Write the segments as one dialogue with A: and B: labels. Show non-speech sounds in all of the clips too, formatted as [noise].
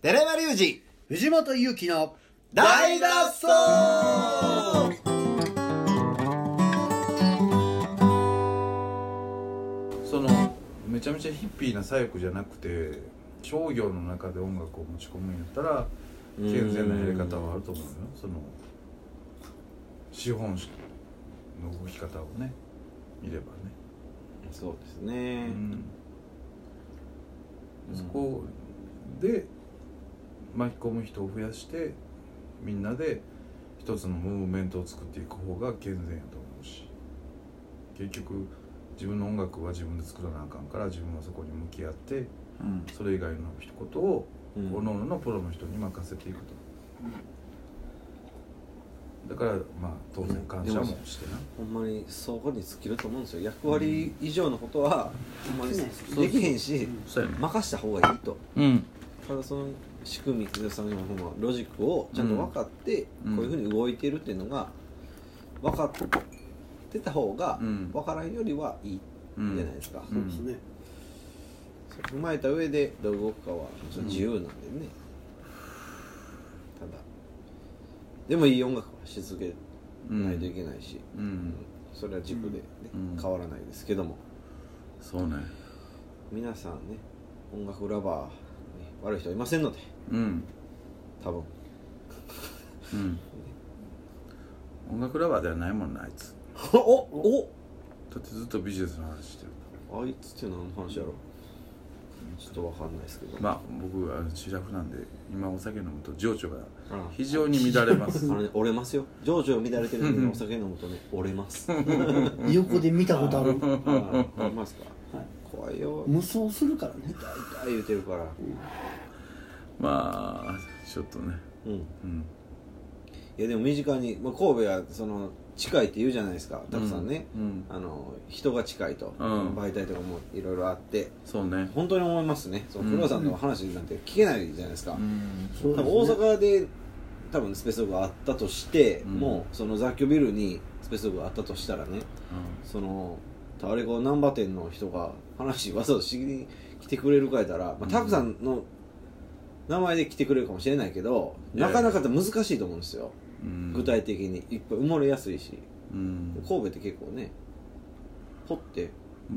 A: 寺山隆二
B: 藤本勇樹の
A: 大脱走
C: そのめちゃめちゃヒッピーな左翼じゃなくて商業の中で音楽を持ち込むんやったら健全なやり方はあると思うよその資本主義の動き方をね見ればね、
A: そうですね
C: う、ん
A: うん
C: そこで巻き込む人を増やしてみんなで一つのムーブメントを作っていく方が健全やと思うし結局自分の音楽は自分で作らなあかんから自分はそこに向き合って
B: うん
C: それ以外のことを
A: うん
C: 各々のプロの人に任せていくと、だからまあ当然感謝もしてな、
A: ほんまにそこに尽きると思うんですよ役割以上のことはほんまに
B: そう
A: できへんし
C: そうや
A: 任した方がいいと
C: うん
A: ただその仕組み木さんのほんまロジックをちゃんと分かって、
C: うん
A: こういうふうに動いてるっていうのが分かってた方が
C: うん
A: 分からんよりはいいじゃないですか、
C: う
B: そ
C: ん
B: うですね
A: それ踏まえた上でどう動くかはちょっと自由なんでね、ただでもいい音楽はし続けないといけないし、
C: うん
A: それは軸で、ね
C: うん
A: 変わらないですけども
C: そうね
A: 皆さんね音楽ラバー、ね、悪い人はいませんので
C: うん
A: 多分
C: うん音楽ラバーではないもんなあいつ
A: おお
C: だってずっとビジネスの話してる
A: あいつって何の話やろちょっとわかんないですけど、
C: まあ僕あのシラフなんで今お酒飲むと情緒が
A: あ
C: 非常に乱れます
A: [laughs] あのね、折れますよ情緒を乱れてるんでお酒飲むとね折
C: [laughs]
A: れますあ
B: 横で見たことある
A: ー折れますか、
B: はい
A: 怖いよ
B: 無双するからね
A: 痛い言うてるから
C: まあちょっとね
A: うんい
C: うん
A: やでも身近に、まあ、神戸はその近いって言うじゃないですかたくさんね、
C: うん
A: あの人が近いと、
C: うん
A: 媒体とかもいろいろあって
C: そうね
A: 本当に思いますねその黒田さんの話なんて聞けないじゃないですか、
C: うん
B: そう
A: 多
B: で
A: 分
B: す
A: 大
B: ね
A: 阪で多分スペースオフがあったとして、
C: ん
A: もうその雑居ビルにスペースオフがあったとしたらねそのタワレコ難波店の人が話わざわざしに来てくれるかやったら、まあ、たくさんの名前で来てくれるかもしれないけど、
C: いや
A: ない
C: や
A: かなかって難しいと思うんですよ、
C: うん
A: 具体的にいっぱい埋もれやすいし
C: うん
A: 神戸って結構ね掘って、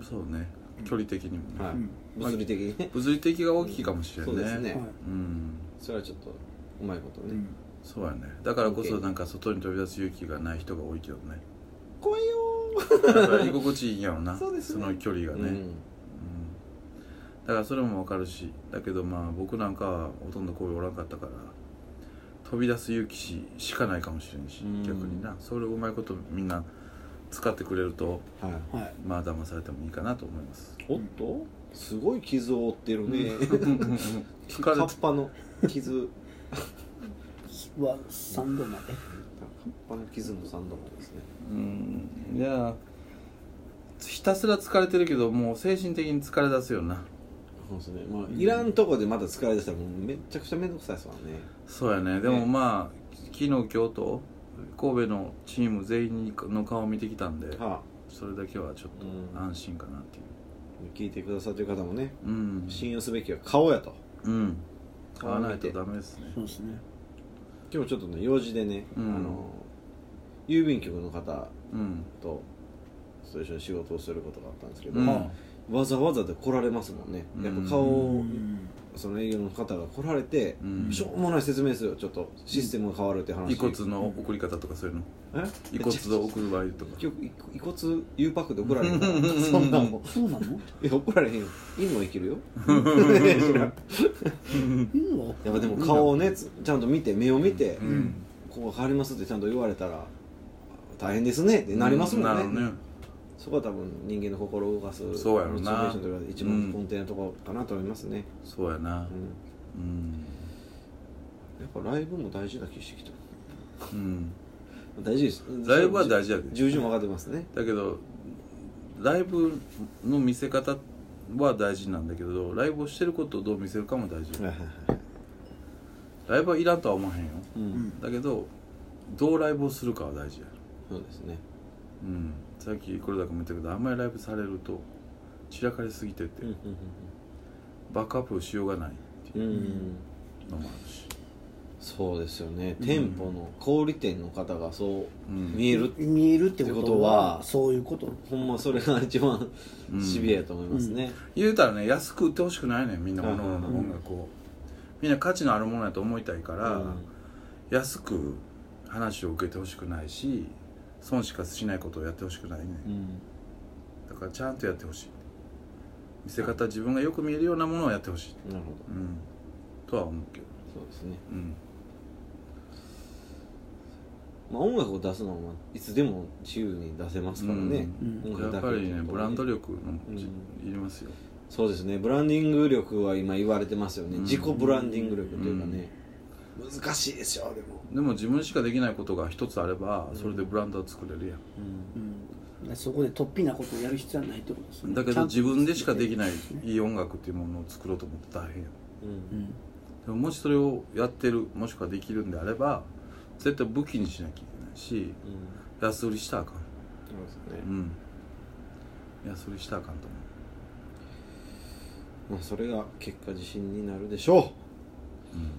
C: そうね距離的にもね、
A: はい
B: ん
A: 物理的にね、
C: 物理的が大きいかもしれない、
A: そうですね、
B: はい
C: うん
A: それはちょっとうまいことね、
B: うん
C: そうやねだからこそ
A: OK
C: なんか外に飛び出す勇気がない人が多いけど
A: [laughs]
C: ね
A: 怖いよ
C: だから居心地いいんやろな
A: そうですね
C: の距離が
A: ー、
C: ね、うんだからそれもわかるしだけどまあ僕なんかはほとんどこういうおらんかったから飛び出す勇気ししかないかもしれんし、
A: うん
C: 逆になそれをうまいことみんな使ってくれると
A: うんはい
B: はい
C: まあ騙されてもいいかなと思います
A: おっとすごい傷を負ってるね [laughs]
C: 疲
A: カ
C: れ
A: ッパの傷
B: は3度まで
A: カッパの傷のサンドマンですね
C: うんいやひたすら疲れてるけどもう精神的に疲れ出すよな
A: そうですねまあいらんとこでまた疲れ出したらもうめっちゃくちゃ面倒くさいですわね
C: そうやねでもまあ昨日今日と神戸のチーム全員の顔を見てきたんで
A: はあ
C: それだけはちょっ
A: うん
C: と安心かなっていう
A: 聞いてくださってる方もね
C: うん
A: 信用すべきは顔やと
C: うん買
A: 顔
C: わ
A: を
C: な
A: 見
C: い
A: て
C: とダメですね
B: そうですね
A: 今日ちょっとね用事でね、
C: うん
A: あの郵便局の方
C: うん
A: とと一緒に仕事をすることがあったんですけど、
C: うん
A: わざわざで来られますもんねやっぱ顔をその営業の方が来られて、
C: うん
A: しょうもない説明ですよちょっとシステムが変わるって話
C: 遺骨の送り方とかそういうの
A: え
C: 遺骨を送る場合とか
A: 結局遺遺骨ゆうパックで怒られるから
C: [laughs]
A: そんなんも
B: そうなの
A: いや怒られへんよ犬も生き
C: [laughs]
A: るよ
B: 犬は
A: やっぱでも顔をねつちゃんと見て目を見て、
C: うん
A: ここが変わりますってちゃんと言われたら大変ですねってなりますもんね,、
C: なるね
A: そこは多分人間の心を動かす
C: そうやろな
A: モチベーションというか一
C: うん
A: 番根底のところかなと思いますね、
C: そうやな
A: うん
C: うん
A: やっぱライブも大事な気してきた
C: うん
A: 大事です
C: ライブは大事やで
A: 重々分かってますね
C: だけどライブの見せ方は大事なんだけどライブをしてることをどう見せるかも大事
A: はいはいはい
C: ライブはいらんとは思わへんよ
A: うん
C: だけどどうライブをするかは大事や
A: そうですね
C: うんさっき黒田君も言ったけどあんまりライブされると散らかりすぎてて、
A: うん
C: バックアップしようがないって
A: うんうん
C: いう
A: うん
C: のも
A: そうですよね
C: うん
A: 店舗の小売店の方がそう見える、
B: 見えるってことは
A: ってことは
B: そういうこと
A: ほんまそれが一番
C: うん
A: シビアやと思いますね、
C: 言うたらね安く売ってほしくないねんみんな各々の音楽を、みんな価値のあるものやと思いたいから、安く話を受けてほしくないし損しかしないことをやってほしくないね、
A: うん
C: だからちゃんとやってほしい見せ方自分がよく見えるようなものをやってほしい、
A: なるほど
C: うん、とは思うけど、
A: そうですね、
C: うん、
A: まあ、音楽を出すのはいつでも自由に出せますからね、
B: うん
A: 音
C: や
A: 楽
C: っぱ
A: だけじゃなく
C: り
A: て
C: ねブランド力の
A: うん
C: じいりますよ、
A: そうですねブランディング力は今言われてますよね、
C: うん
A: 自己ブランディング力というかね、難しいでしょでも、
C: でも自分しかできないことが一つあればそれでブランドを作れるやん、
B: うんそこで突飛なことをやる必要はないってことですね
C: だけ
B: ちゃ
C: ど
B: んと
C: 自分でしかできない
B: ね
C: いい音楽っていうものを作ろうと思ったら大変やん
A: うん
B: うん
C: でももしそれをやってるもしくはできるんであれば絶対武器にしなきゃいけないし
A: うん
C: 安売りしたらあかん
A: そうですね、
C: うん安売りしたらあかんと思
A: まあ、それが結果自信になるでしょ
C: う、うん、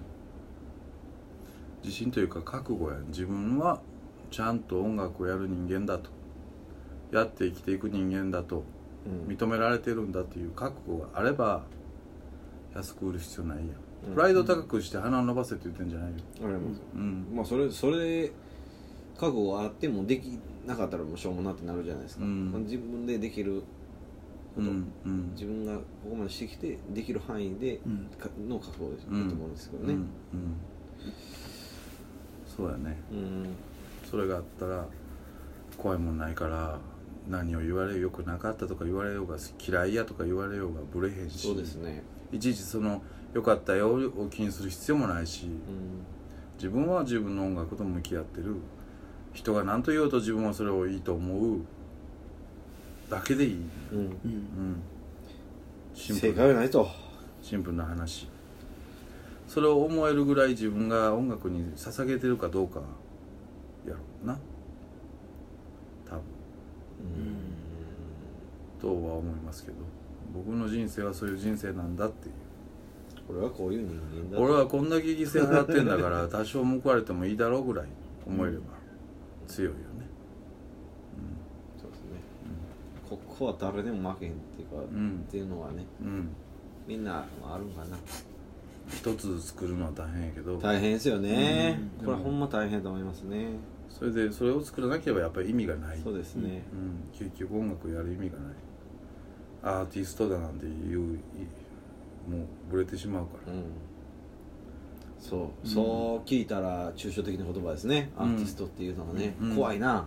C: 自信というか覚悟やん自分はちゃんと音楽をやる人間だとやって生きていく人間だと
A: う、うん
C: 認められてるんだっていう覚悟があれば安く売る必要ないや
A: うん
C: んプライド高くして鼻を伸ばせって言ってんじゃないよ、
A: あれも
C: うん
A: まあそれそれ覚悟があってもできなかったらもうしょうもなってなるじゃないですか、
C: うん
A: まあ自分でできる
C: う
A: こと、
C: んうん
A: 自分がここまでしてきてできる範囲で
B: うん
A: かの覚悟だと
C: うん
A: 思うんですけどね、
C: うんうんそうやね
A: うん
C: それがあったら怖いもんないから何を言われようよくなかったとか言われようが嫌いやとか言われようがぶれへんし
A: そうですね、
C: いちいちその「よかったよ」を気にする必要もないし
A: うん
C: 自分は自分の音楽と向き合ってる人が何と言おうと自分はそれをいいと思うだけでいい、
A: うん
B: う
C: うんん、シンプ
A: 正
C: ル
A: 解はないと
C: シンプルな話それを思えるぐらい自分が音楽に捧げてるかどうかやろうな多分とは思いますけど僕の人生はそういう人生なんだっていう
A: 俺はこういう人間だと
C: 俺はこんだけ犠牲払ってんだから
A: [laughs]
C: 多少報われてもいいだろうぐらい思えれば強いよね
A: そうですね、ここは誰でも負けへんっていうか、
C: ん
A: っていうのはね
C: うん
A: みんなあるんかな
C: 一つ作るのは大変やけど
A: 大変ですよね、
C: うん
A: これはほんま大変だと思いますね、
C: それでそれを作らなければやっぱり意味がない
A: そうですね、
C: うん、結局音楽やる意味がないアーティストだなんていういもうぶれてしまうから、
A: うんそう、そう聞いたら抽象的な言葉ですねアーティストっていうのはね、
C: うん
A: 怖いな、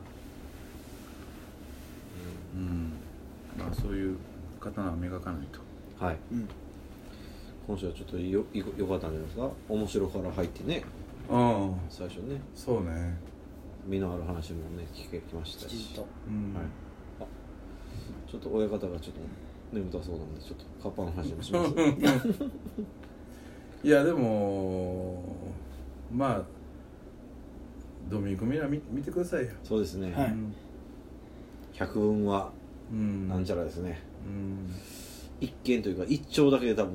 C: うんまあ、そういう刀は磨かないと
A: はい
B: うん
A: 今週はちょっとよよよかったんじゃないですか面白から入ってね
C: ああ
A: 最初ね
C: そうね
A: 身のある話もね聞けました
B: きちん
A: し、
B: と
C: うん
A: はい、あちょっと親方がちょっと眠たそうなんでちょっとカッパの話もします
C: [laughs] いやでもまあドミニク・ミラー見見てくださいよ、
A: そうですね、
B: は
C: う
B: い
C: ん
A: 百聞は
C: うん
A: なんちゃらですね、
C: うん、
A: 一見というか一丁だけで多分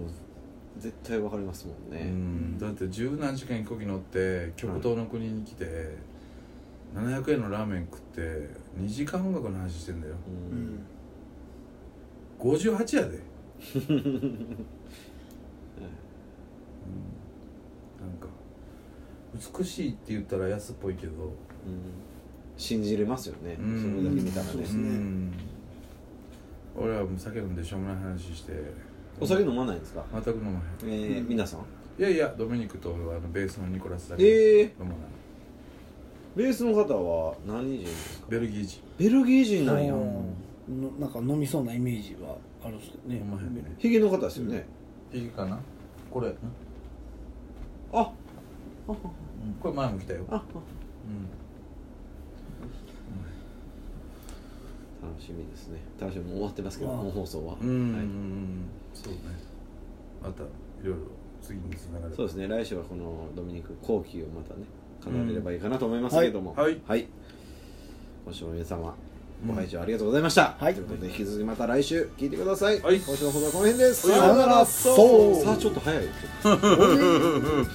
A: 絶対わかりますもん
C: う
A: ね、
C: ん、だって十何時間飛行機乗って極東の国に来て、700円のラーメン食って2時間音楽の話してんだよ
A: うん
B: うん
C: 58やでうんなんか美しいって言ったら安っぽいけど
A: うん信じれますよね、
C: うん
A: それだけ見たら
B: そう
A: ね
B: で、すね
C: ん俺はもう酒飲んでしょうもない話して
A: お酒飲まないんですか、
C: 全く飲まへん
A: え
B: う
A: ー
B: ん
A: 皆さん
C: いやいやドミニクとあのベースのニコラスだけ
A: え
C: 飲
A: え
C: まない、
A: ベースの方は何人ですか
C: ベルギー人
A: ベルギー人なんや
B: あーのなんか飲みそうなイメージはあるんですけどね
C: 飲まへんね
A: ヒゲの方ですよね、
C: いいかなこれ、
A: ああ
C: うんこれ前も来たよ
A: あ
C: う
A: あ
C: ん
A: 楽しみですね楽しみもう終わってますけど
B: あー
A: 本放送は、
C: うんうんう
A: はい
C: んそうねまたいろいろ次につながる
A: そうですね来週はこのドミニク後期をまたね叶えればいいかなと思いますけれども、
C: うんはい
A: 今週も皆様
C: うん
A: ご拝聴ありがとうございました、
B: はい
A: ということで引き続きまた来週聞いてください、
C: はい
A: 今週の放送はこの辺です、
B: さよなら
A: さ
B: そう
A: あちょっと早い
B: 俺